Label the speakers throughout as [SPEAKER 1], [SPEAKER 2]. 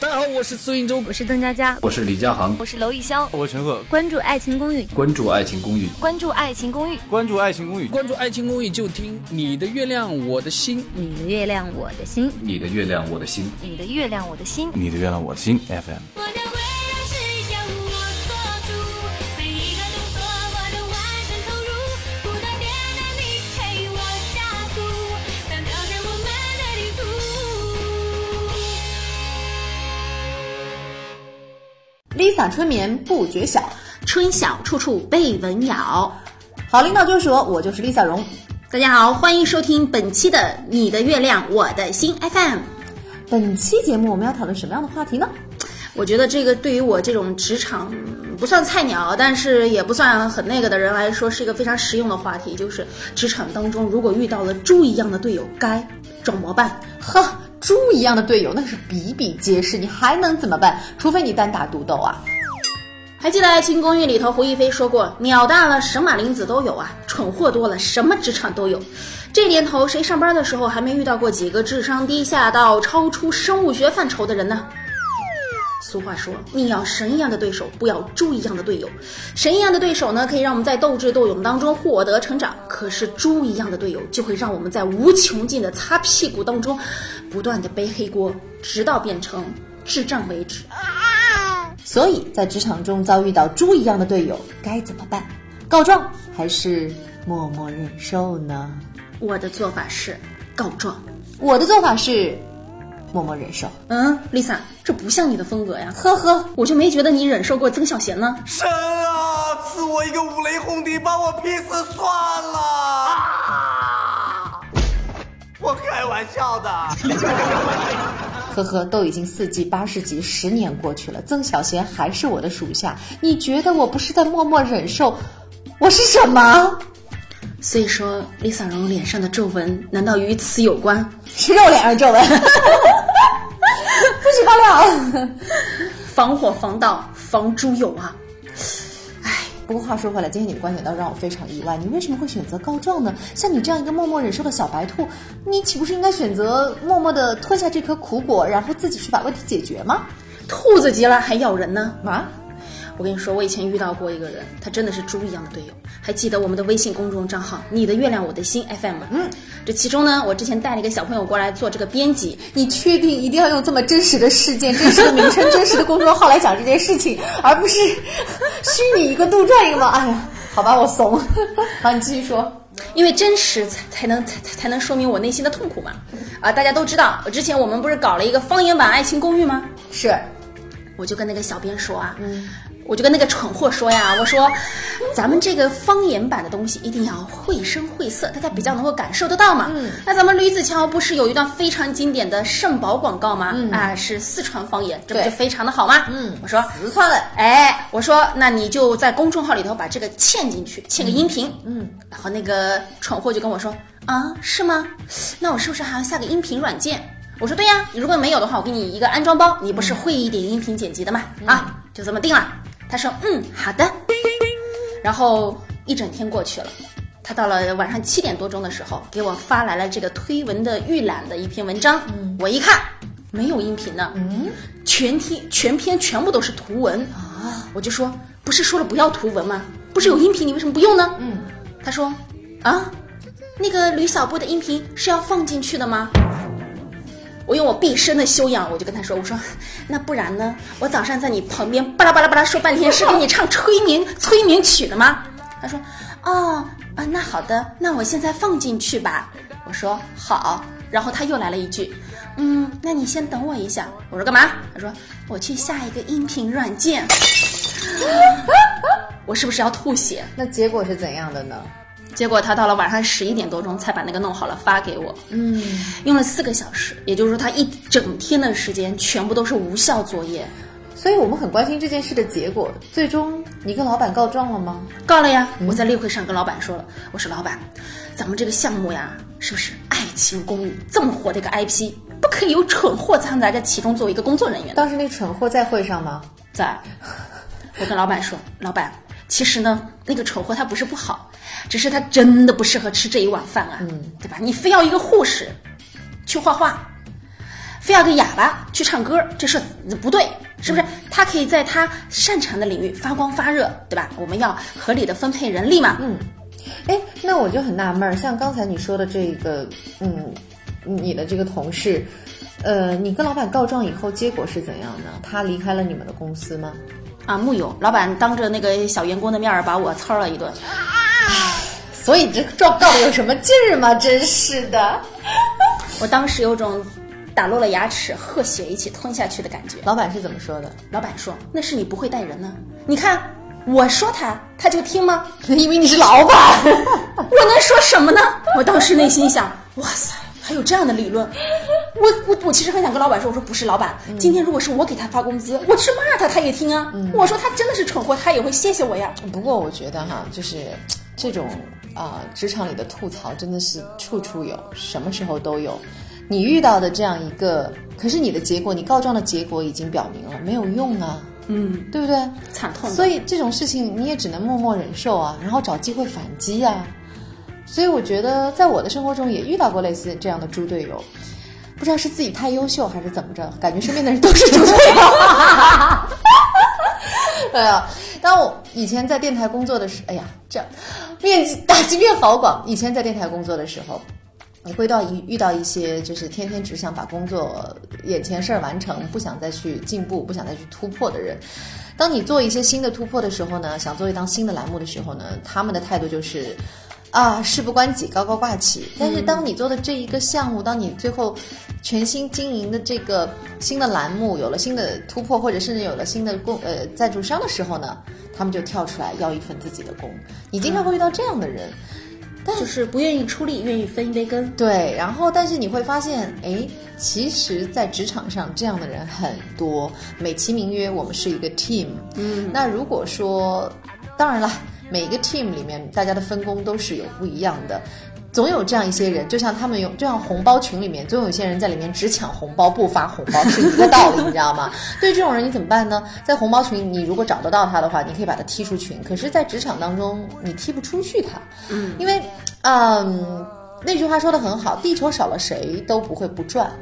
[SPEAKER 1] 大家好，我是苏云洲，
[SPEAKER 2] 我是邓佳佳，
[SPEAKER 3] 我是李佳航，
[SPEAKER 2] 我是娄艺潇，
[SPEAKER 4] 我陈赫。
[SPEAKER 2] 关注《爱情公寓》，
[SPEAKER 3] 关注爱情公寓，
[SPEAKER 2] 关注《爱情公寓》，
[SPEAKER 4] 关注爱情公寓，
[SPEAKER 1] 关注爱情公寓就听你的月亮我的心。
[SPEAKER 2] 你的月亮我的心，
[SPEAKER 3] 你的月亮我的心，
[SPEAKER 2] 你的月亮我的心。
[SPEAKER 4] 你的月亮我的心 FM。
[SPEAKER 5] 我的未来是由我做主，每一个动作我都完全投入，不断点燃你陪我加速，单挑战我们的地图。
[SPEAKER 6] Lisa 春眠不觉晓。
[SPEAKER 7] 春晓处处被蚊咬。
[SPEAKER 6] 好，领导就是我，我就是 Lisa 荣。
[SPEAKER 7] 大家好，欢迎收听本期的《你的月亮我的心》FM。
[SPEAKER 6] 本期节目我们要讨论什么样的话题呢？
[SPEAKER 7] 我觉得这个对于我这种职场嗯不算菜鸟，但是也不算很那个的人来说，是一个非常实用的话题。就是职场当中，如果遇到了猪一样的队友，该怎么办？
[SPEAKER 6] 呵，猪一样的队友那是比比皆是，你还能怎么办？除非你单打独斗啊！
[SPEAKER 7] 还记得《爱情公寓》里头胡一菲说过：“鸟大了，什么林子都有啊；蠢货多了，什么职场都有。”这年头，谁上班的时候还没遇到过几个智商低下到超出生物学范畴的人呢？俗话说，宁要神一样的对手，不要猪一样的队友。神一样的对手呢，可以让我们在斗智斗勇当中获得成长；可是猪一样的队友，就会让我们在无穷尽的擦屁股当中，不断的背黑锅，直到变成智障为止。
[SPEAKER 6] 所以在职场中遭遇到猪一样的队友该怎么办？告状还是默默忍受呢？
[SPEAKER 7] 我的做法是告状。
[SPEAKER 6] 我的做法是默默忍受。
[SPEAKER 7] 嗯，Lisa，这不像你的风格呀，
[SPEAKER 6] 呵呵，
[SPEAKER 7] 我就没觉得你忍受过曾小贤呢。
[SPEAKER 4] 神啊，赐我一个五雷轰顶，把我劈死算了！
[SPEAKER 8] 啊
[SPEAKER 4] 我开玩笑的。
[SPEAKER 6] 呵呵，都已经四季八十集，十年过去了，曾小贤还是我的属下。你觉得我不是在默默忍受，我是什么？
[SPEAKER 7] 所以说，Lisa 蓉脸上的皱纹难道与此有关？
[SPEAKER 6] 是肉脸上的皱纹， 不许爆料。
[SPEAKER 7] 防火防盗防猪友啊！
[SPEAKER 6] 不过话说回来，今天你的观点倒让我非常意外，你为什么会选择告状呢？像你这样一个默默忍受的小白兔，你岂不是应该选择默默的吞下这颗苦果，然后自己去把问题解决吗？
[SPEAKER 7] 兔子急了还咬人呢。
[SPEAKER 6] 啊，
[SPEAKER 7] 我跟你说，我以前遇到过一个人，他真的是猪一样的队友。还记得我们的微信公众账号“你的月亮我的心 FM” 吗？嗯，这其中呢，我之前带了一个小朋友过来做这个编辑，
[SPEAKER 6] 你确定一定要用这么真实的事件、真实的名称、真实的公众号来讲这件事情，而不是虚拟一个杜撰一个吗？哎呀，好吧，我怂。 好，你继续说。
[SPEAKER 7] 因为真实才才能才才才能说明我内心的痛苦嘛。啊，大家都知道，之前我们不是搞了一个方言版《爱情公寓》吗？
[SPEAKER 6] 是，
[SPEAKER 7] 我就跟那个小编说啊，我就跟那个蠢货说呀，我说，咱们这个方言版的东西一定要绘声绘色，大家比较能够感受得到嘛。那咱们吕子乔不是有一段非常经典的肾宝广告吗？啊，是四川方言，这不就
[SPEAKER 6] 对
[SPEAKER 7] 非常的好吗？
[SPEAKER 6] 嗯
[SPEAKER 7] 我说
[SPEAKER 6] 四川人。
[SPEAKER 7] 哎，我说，那你就在公众号里头把这个嵌进去，嵌个音频。
[SPEAKER 6] 嗯，
[SPEAKER 7] 然后那个蠢货就跟我说，啊，是吗？那我是不是还要下个音频软件？我说对呀，如果没有的话，我给你一个安装包，你不
[SPEAKER 6] 嗯
[SPEAKER 7] 是会一点音频剪辑的嘛？啊，就这么定了。他说，嗯，好的。然后一整天过去了。他到了晚上七点多钟的时候，给我发来了这个推文的预览的一篇文章。我一看，没有音频呢，全篇全篇全部都是图文啊！我就说，不是说了不要图文吗？不是有音频，你为什么不用呢？嗯，他说，啊，那个吕小波的音频是要放进去的吗？我用我毕生的修养，我就跟他说：“我说，那不然呢？我早上在你旁边巴拉巴拉巴拉说半天，是给你唱催眠催眠曲的吗？”他说：“哦，啊，那好的，那我现在放进去吧。”我说：“好。”然后他又来了一句：“嗯，那你先等我一下。”我说：“干嘛？”他说：“我去下一个音频软件。” 我是不是要吐血？
[SPEAKER 6] 那结果是怎样的呢？
[SPEAKER 7] 结果他到了晚上十一点多钟才把那个弄好了发给我，嗯，用了四个小时，也就是说他一整天的时间全部都是无效作业，
[SPEAKER 6] 所以我们很关心这件事的结果。最终，你跟老板告状了吗？
[SPEAKER 7] 告了呀！我在例会上跟老板说了，我说老板，咱们这个项目呀，是不是《爱情公寓》这么火的一个 IP，不可以有蠢货掺杂在其中作为一个工作人员的？
[SPEAKER 6] 当时那蠢货在会上吗？
[SPEAKER 7] 在，我跟老板说，老板，其实呢，那个蠢货他不是不好，只是他真的不适合吃这一碗饭啊，对吧？你非要一个护士去画画，非要个哑巴去唱歌，这事不对，是不是？他可以在他擅长的领域发光发热，对吧？我们要合理的分配人力嘛。
[SPEAKER 6] 嗯，哎，那我就很纳闷儿，像刚才你说的这个，嗯，你的这个同事，呃，你跟老板告状以后，结果是怎样呢？他离开了你们的公司吗？
[SPEAKER 7] 啊，木有，老板当着那个小员工的面儿把我操了一顿。
[SPEAKER 6] 所以这状告的有什么劲儿吗？真是的，
[SPEAKER 7] 我当时有种打落了牙齿，和血一起吞下去的感觉。
[SPEAKER 6] 老板是怎么说的？
[SPEAKER 7] 老板说：“那是你不会带人呢、你看我说他，他就听吗？
[SPEAKER 6] 因为你是老板，
[SPEAKER 7] 我能说什么呢？”我当时内心想：“哇塞，还有这样的理论！”我我我其实很想跟老板说：“我说不是，老板，今天如果是我给他发工资，我去骂他，他也听啊。我说他真的是蠢货，他也会谢谢我呀。
[SPEAKER 6] 不过我觉得哈，就是这种啊、职场里的吐槽真的是处处有，什么时候都有。你遇到的这样一个，可是你的结果，你告状的结果已经表明了没有用啊，
[SPEAKER 7] 嗯，
[SPEAKER 6] 对不对？
[SPEAKER 7] 惨痛的。
[SPEAKER 6] 所以这种事情你也只能默默忍受啊，然后找机会反击啊。所以我觉得，在我的生活中也遇到过类似这样的猪队友，不知道是自己太优秀还是怎么着，感觉身边的人都是猪队友。 哎呀，当我以前在电台工作的时，哎呀，这样面积 打击面好广。以前在电台工作的时候，你会到一遇到一些就是天天只想把工作眼前事儿完成，不想再去进步，不想再去突破的人。当你做一些新的突破的时候呢，想做一档新的栏目的时候呢，他们的态度就是。啊，事不关己，高高挂起。但是当你做的这一个项目，当你最后全新经营的这个新的栏目有了新的突破，或者甚至有了新的供呃赞助商的时候呢，他们就跳出来要一份自己的工。你经常会遇到这样的人，
[SPEAKER 7] 就是不愿意出力，愿意分一杯羹。
[SPEAKER 6] 对，然后但是你会发现，哎，其实，在职场上这样的人很多，美其名曰我们是一个 team。嗯，那如果说，当然了，每个 team 里面大家的分工都是有不一样的。总有这样一些人，就像他们有，就像红包群里面，总有一些人在里面只抢红包不发红包，是一个道理，你知道 吗？对这种人你怎么办呢？在红包群，你如果找得到他的话，你可以把他踢出群。可是，在职场当中，你踢不出去他，嗯，因为，嗯，那句话说的很好，地球少了谁都不会不转，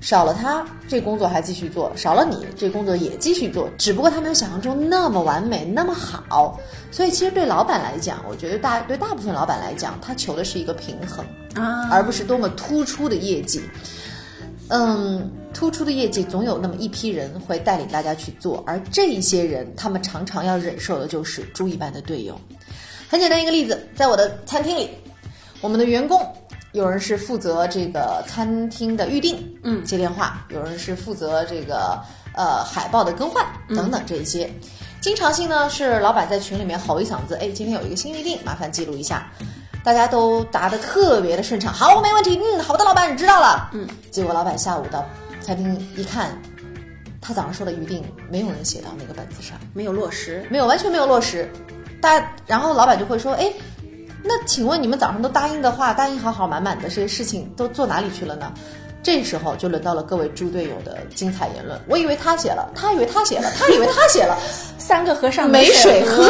[SPEAKER 6] 少了他这工作还继续做，少了你这工作也继续做，只不过他没有想象中那么完美那么好。所以其实对老板来讲，我觉得大对大部分老板来讲，他求的是一个平衡
[SPEAKER 7] 啊
[SPEAKER 6] 而不是多么突出的业绩。嗯，突出的业绩总有那么一批人会带领大家去做，而这一些人，他们常常要忍受的就是猪一般的队友。很简单一个例子，在我的餐厅里，我们的员工有人是负责这个餐厅的预定，
[SPEAKER 7] 嗯
[SPEAKER 6] 接电话；有人是负责这个呃海报的更换等等这一些。经常性呢是老板在群里面吼一嗓子，哎，今天有一个新预定，麻烦记录一下。大家都答得特别的顺畅，好，没问题，嗯，好的，老板，知道了，
[SPEAKER 7] 嗯。
[SPEAKER 6] 结果老板下午到餐厅一看，他早上说的预定没有人写到那个本子上。
[SPEAKER 7] 没有落实。
[SPEAKER 6] 没有，完全没有落实。大家，然后老板就会说，哎，那请问你们早上都答应的话，答应好好满满的这些事情都做哪里去了呢？这时候就轮到了各位猪队友的精彩言论。我以为他写了，他以为他写了，他以为他写了，
[SPEAKER 7] 三个和尚
[SPEAKER 6] 没水
[SPEAKER 7] 水
[SPEAKER 6] 喝。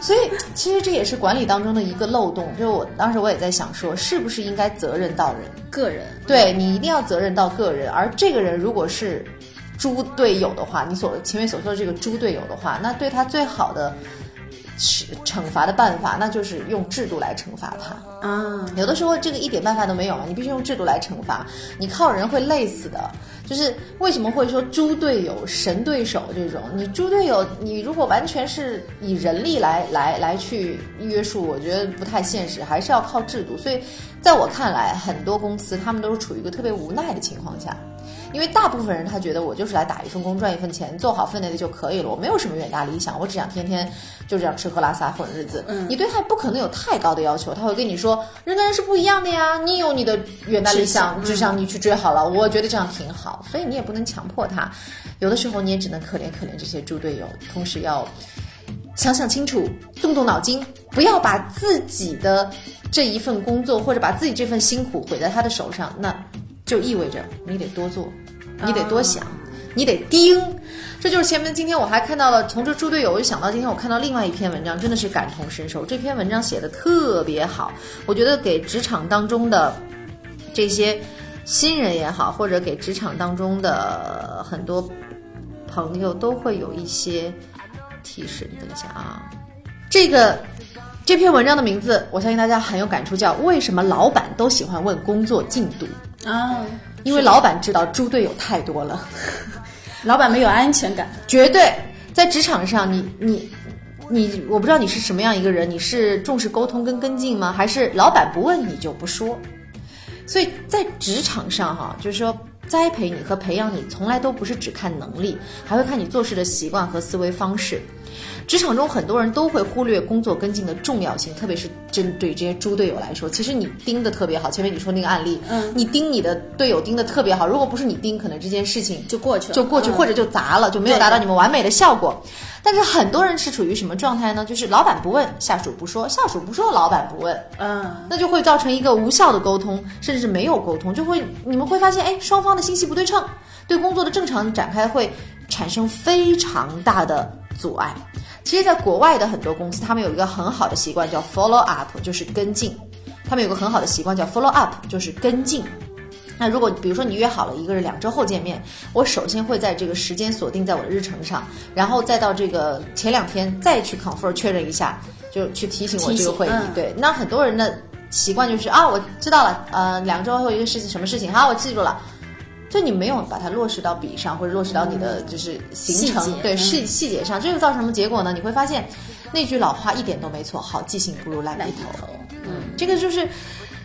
[SPEAKER 6] 所以其实这也是管理当中的一个漏洞。就是我当时我也在想说，是不是应该责任到人？
[SPEAKER 7] 个人
[SPEAKER 6] 对你一定要责任到个人，而这个人如果是猪队友的话，你所前面所说的这个猪队友的话，那对他最好的是惩罚的办法，那就是用制度来惩罚他。
[SPEAKER 7] 啊，
[SPEAKER 6] 有的时候这个一点办法都没有啊，你必须用制度来惩罚，你靠人会累死的。就是为什么会说猪队友、神对手这种？你猪队友，你如果完全是以人力来来来去约束，我觉得不太现实，还是要靠制度。所以在我看来，很多公司他们都是处于一个特别无奈的情况下。因为大部分人他觉得我就是来打一份工赚一份钱，做好分内的就可以了，我没有什么远大理想，我只想天天就这样吃喝拉撒混日子。嗯，你对他不可能有太高的要求，他会跟你说人跟人是不一样的呀，你有你的远大理想，志向你嗯去追好了，我觉得这样挺好，所以你也不能强迫他，有的时候你也只能可怜可怜这些猪队友，同时要想想清楚，动动脑筋，不要把自己的这一份工作或者把自己这份辛苦毁在他的手上，那就意味着你得多做，你得多想，你得盯。这就是前面今天我还看到了，从这猪队友，我就想到今天我看到另外一篇文章，真的是感同身受。这篇文章写的特别好，我觉得给职场当中的这些新人也好，或者给职场当中的很多朋友都会有一些提示。你等一下啊，这个这篇文章的名字，我相信大家很有感触，叫“为什么老板都喜欢问工作进度
[SPEAKER 7] 啊，”，
[SPEAKER 6] 因为老板知道猪队友太多了。
[SPEAKER 7] 老板没有安全感，
[SPEAKER 6] 绝对在职场上你，你你我不知道你是什么样一个人，你是重视沟通跟跟进吗？还是老板不问你就不说？所以在职场上哈、就是说栽培你和培养你，从来都不是只看能力，还会看你做事的习惯和思维方式。职场中很多人都会忽略工作跟进的重要性，特别是针对这些猪队友来说。其实你盯的特别好，前面你说那个案例，
[SPEAKER 7] 嗯
[SPEAKER 6] 你盯你的队友盯的特别好，如果不是你盯，可能这件事情
[SPEAKER 7] 就过去了
[SPEAKER 6] 就过去，
[SPEAKER 7] 嗯
[SPEAKER 6] 或者就砸了，就没有
[SPEAKER 7] 对
[SPEAKER 6] 达到你们完美的效果。但是很多人是处于什么状态呢？就是老板不问，下属不说，下属不说，老板不问，
[SPEAKER 7] 嗯，
[SPEAKER 6] 那就会造成一个无效的沟通，甚至是没有沟通，就会你们会发现，哎，双方的信息不对称，对工作的正常展开会产生非常大的阻碍。其实，在国外的很多公司，他们有一个很好的习惯叫 follow up，就是跟进。他们有个很好的习惯叫 follow up，就是跟进。那如果比如说你约好了一个是两周后见面，我首先会在这个时间锁定在我的日程上，然后再到这个前两天再去 confirm 确认一下，就去提醒我
[SPEAKER 7] 提
[SPEAKER 6] 这个
[SPEAKER 7] 醒
[SPEAKER 6] 会议。
[SPEAKER 7] 嗯
[SPEAKER 6] 对，那很多人的习惯就是啊，我知道了，呃，两周后一个事情什么事情，好，我记住了。就你没有把它落实到笔上，或者落实到你的就是行程
[SPEAKER 7] 嗯细节
[SPEAKER 6] 对
[SPEAKER 7] 嗯
[SPEAKER 6] 细细节上，这就造成什么结果呢？你会发现，那句老话一点都没错，好记性不如烂
[SPEAKER 7] 烂
[SPEAKER 6] 笔
[SPEAKER 7] 笔
[SPEAKER 6] 头嗯
[SPEAKER 7] 头。，嗯
[SPEAKER 6] 这个就是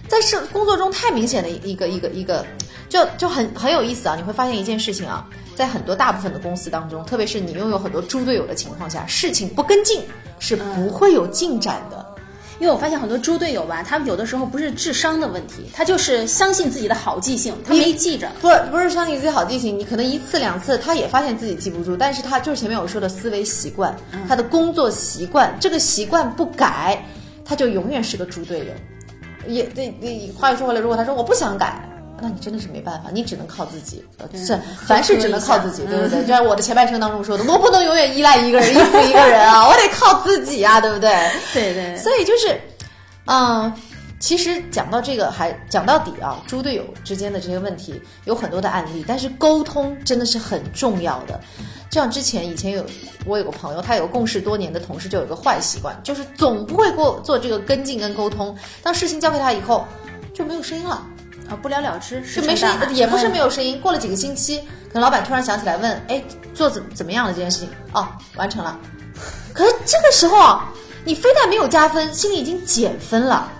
[SPEAKER 6] 在是工作中太明显的一个一个一个，就就很很有意思啊！你会发现一件事情啊，在很多大部分的公司当中，特别是你拥有很多猪队友的情况下，事情不跟进是
[SPEAKER 7] 嗯
[SPEAKER 6] 不会有进展的。
[SPEAKER 7] 因为我发现很多猪队友吧，他有的时候不是智商的问题，他就是相信自己的好记性，他没记着。
[SPEAKER 6] 不不是相信自己好记性，你可能一次两次他也发现自己记不住，但是他就是前面我说的思维习惯，他的工作习惯，这个习惯不改，他就永远是个猪队友。也对，对话又说回来，如果他说我不想改，那你真的是没办法，你只能靠自己。呃是，凡事只能靠自己，对不对？就像我的前半生当中说的，我不能永远依赖一个人，依附一个人啊，我得靠自己啊，对不对？
[SPEAKER 7] 对对
[SPEAKER 6] 所以就是，嗯，其实讲到这个还讲到底啊，猪队友之间的这些问题有很多的案例，但是沟通真的是很重要的。就像之前以前有我有个朋友，他有共事多年的同事就有一个坏习惯，就是总不会过做这个跟进跟沟通。当事情交给他以后，就没有声音了。
[SPEAKER 7] 啊，不了了之，
[SPEAKER 6] 就没声
[SPEAKER 7] 事
[SPEAKER 6] 音，也不是没
[SPEAKER 7] 有。
[SPEAKER 6] 有声音。过了几个星期，可能老板突然想起来问：“哎，做怎怎么样了这件事情？”哦，完成了。可是这个时候啊，你非但没有加分，心里已经减分了，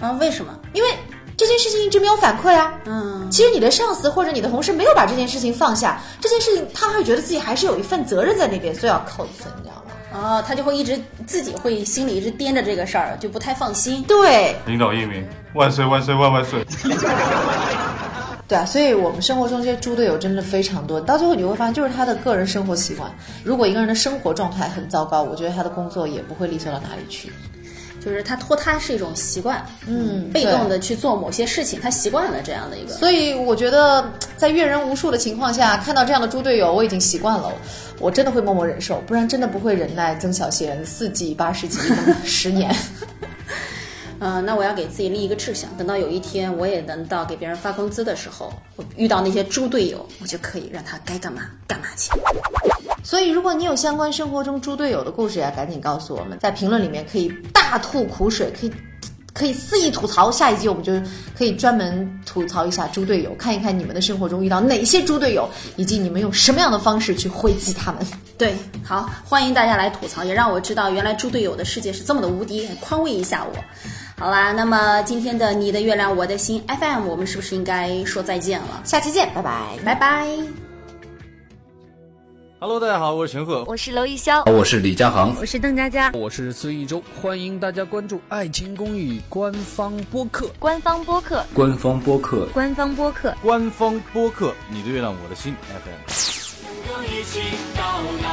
[SPEAKER 7] 啊，为什么？
[SPEAKER 6] 因为这件事情一直没有反馈啊。
[SPEAKER 7] 嗯，
[SPEAKER 6] 其实你的上司或者你的同事没有把这件事情放下，这件事情他会觉得自己还是有一份责任在那边，所以要扣分，你知道吗？
[SPEAKER 7] 哦，他就会一直自己会心里一直掂着这个事儿，就不太放心。
[SPEAKER 6] 对，
[SPEAKER 8] 领导英明，万岁万岁万万岁！
[SPEAKER 6] 对啊，所以我们生活中这些猪队友真的非常多。到最后你会发现，就是他的个人生活习惯。如果一个人的生活状态很糟糕，我觉得他的工作也不会利索到哪里去。
[SPEAKER 7] 就是他拖沓是一种习惯，
[SPEAKER 6] 嗯
[SPEAKER 7] 被动的去做某些事情，他习惯了这样的一个。
[SPEAKER 6] 所以我觉得，在阅人无数的情况下，看到这样的猪队友，我已经习惯了。我真的会默默忍受，不然真的不会忍耐曾小贤四季八十集那么十年。
[SPEAKER 7] 嗯，那我要给自己立一个志向，等到有一天我也能到给别人发工资的时候，我遇到那些猪队友，我就可以让他该干嘛干嘛去。
[SPEAKER 6] 所以，如果你有相关生活中猪队友的故事呀、赶紧告诉我们，在评论里面可以大吐苦水，可以可以肆意吐槽。下一集我们就可以专门吐槽一下猪队友，看一看你们的生活中遇到哪些猪队友，以及你们用什么样的方式去挥击他们。
[SPEAKER 7] 对，好，欢迎大家来吐槽，也让我知道原来猪队友的世界是这么的无敌，宽慰一下我。好啦，那么今天的你的月亮我的心 FM，我们是不是应该说再见了？
[SPEAKER 6] 下期见，拜拜。
[SPEAKER 7] 拜拜。
[SPEAKER 8] Hello，大家好，我是陈赫，
[SPEAKER 2] 我是娄艺潇，
[SPEAKER 3] 我是李佳航，
[SPEAKER 2] 我是邓佳佳，
[SPEAKER 1] 我是孙一周，欢迎大家关注《爱情公寓》官方播客。
[SPEAKER 2] 官方播客，
[SPEAKER 3] 官方播客
[SPEAKER 2] 官方播客。
[SPEAKER 8] 官方播客《你的月亮我的心》FM。
[SPEAKER 5] 都一起到来。